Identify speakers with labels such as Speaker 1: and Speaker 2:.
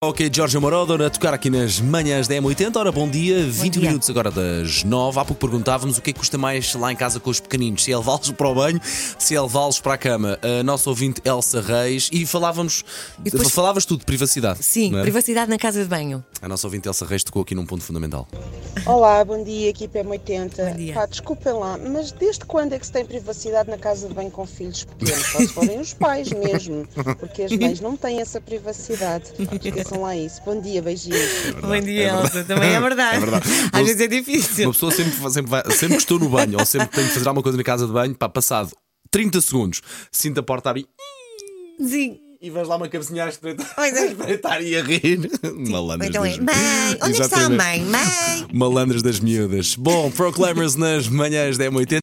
Speaker 1: Ok, Jorge Moroder a tocar aqui nas manhãs da M80. Ora, bom dia, 20
Speaker 2: dia.
Speaker 1: minutos agora das 9. Há pouco perguntávamos o que é que custa mais lá em casa com os pequeninos: se é levá-los para o banho, se é levá-los para a cama. A nossa ouvinte Elsa Reis e falávamos,
Speaker 2: E depois-
Speaker 1: falavas tudo, de privacidade.
Speaker 2: Sim,
Speaker 1: não é?
Speaker 2: privacidade na casa de banho.
Speaker 1: A nossa ouvinte Elsa Reis tocou aqui num ponto fundamental.
Speaker 3: Olá, bom dia, equipa
Speaker 2: Bom dia.
Speaker 3: M80. Pá, desculpem lá, mas desde quando é que se tem privacidade na casa de banho com filhos pequenos? Só se forem os pais mesmo, porque as mães não têm essa privacidade. Esqueçam lá isso. Bom dia, beijinhos.
Speaker 2: Bom dia, Elsa. Também é verdade.
Speaker 1: É verdade.
Speaker 2: Às
Speaker 1: Não-
Speaker 2: vezes é
Speaker 1: Uma
Speaker 2: difícil.
Speaker 1: pessoa sempre, sempre, vai- sempre que estou no banho ou sempre que tenho que fazer alguma coisa na casa de banho, pá, passado 30 segundos, sinto a porta abrir
Speaker 2: Sim.
Speaker 1: e vais lá uma cabecinha a espreitar,
Speaker 2: Pois é.
Speaker 1: a espreitar e a rir.
Speaker 2: Ou
Speaker 1: Malandras
Speaker 2: Então é,
Speaker 1: mesmo.
Speaker 2: mãe, onde é que está a
Speaker 1: Exatamente.
Speaker 2: mãe? Mãe!
Speaker 1: Malandras das miúdas. Bom, Proclaimers nas manhãs da M80.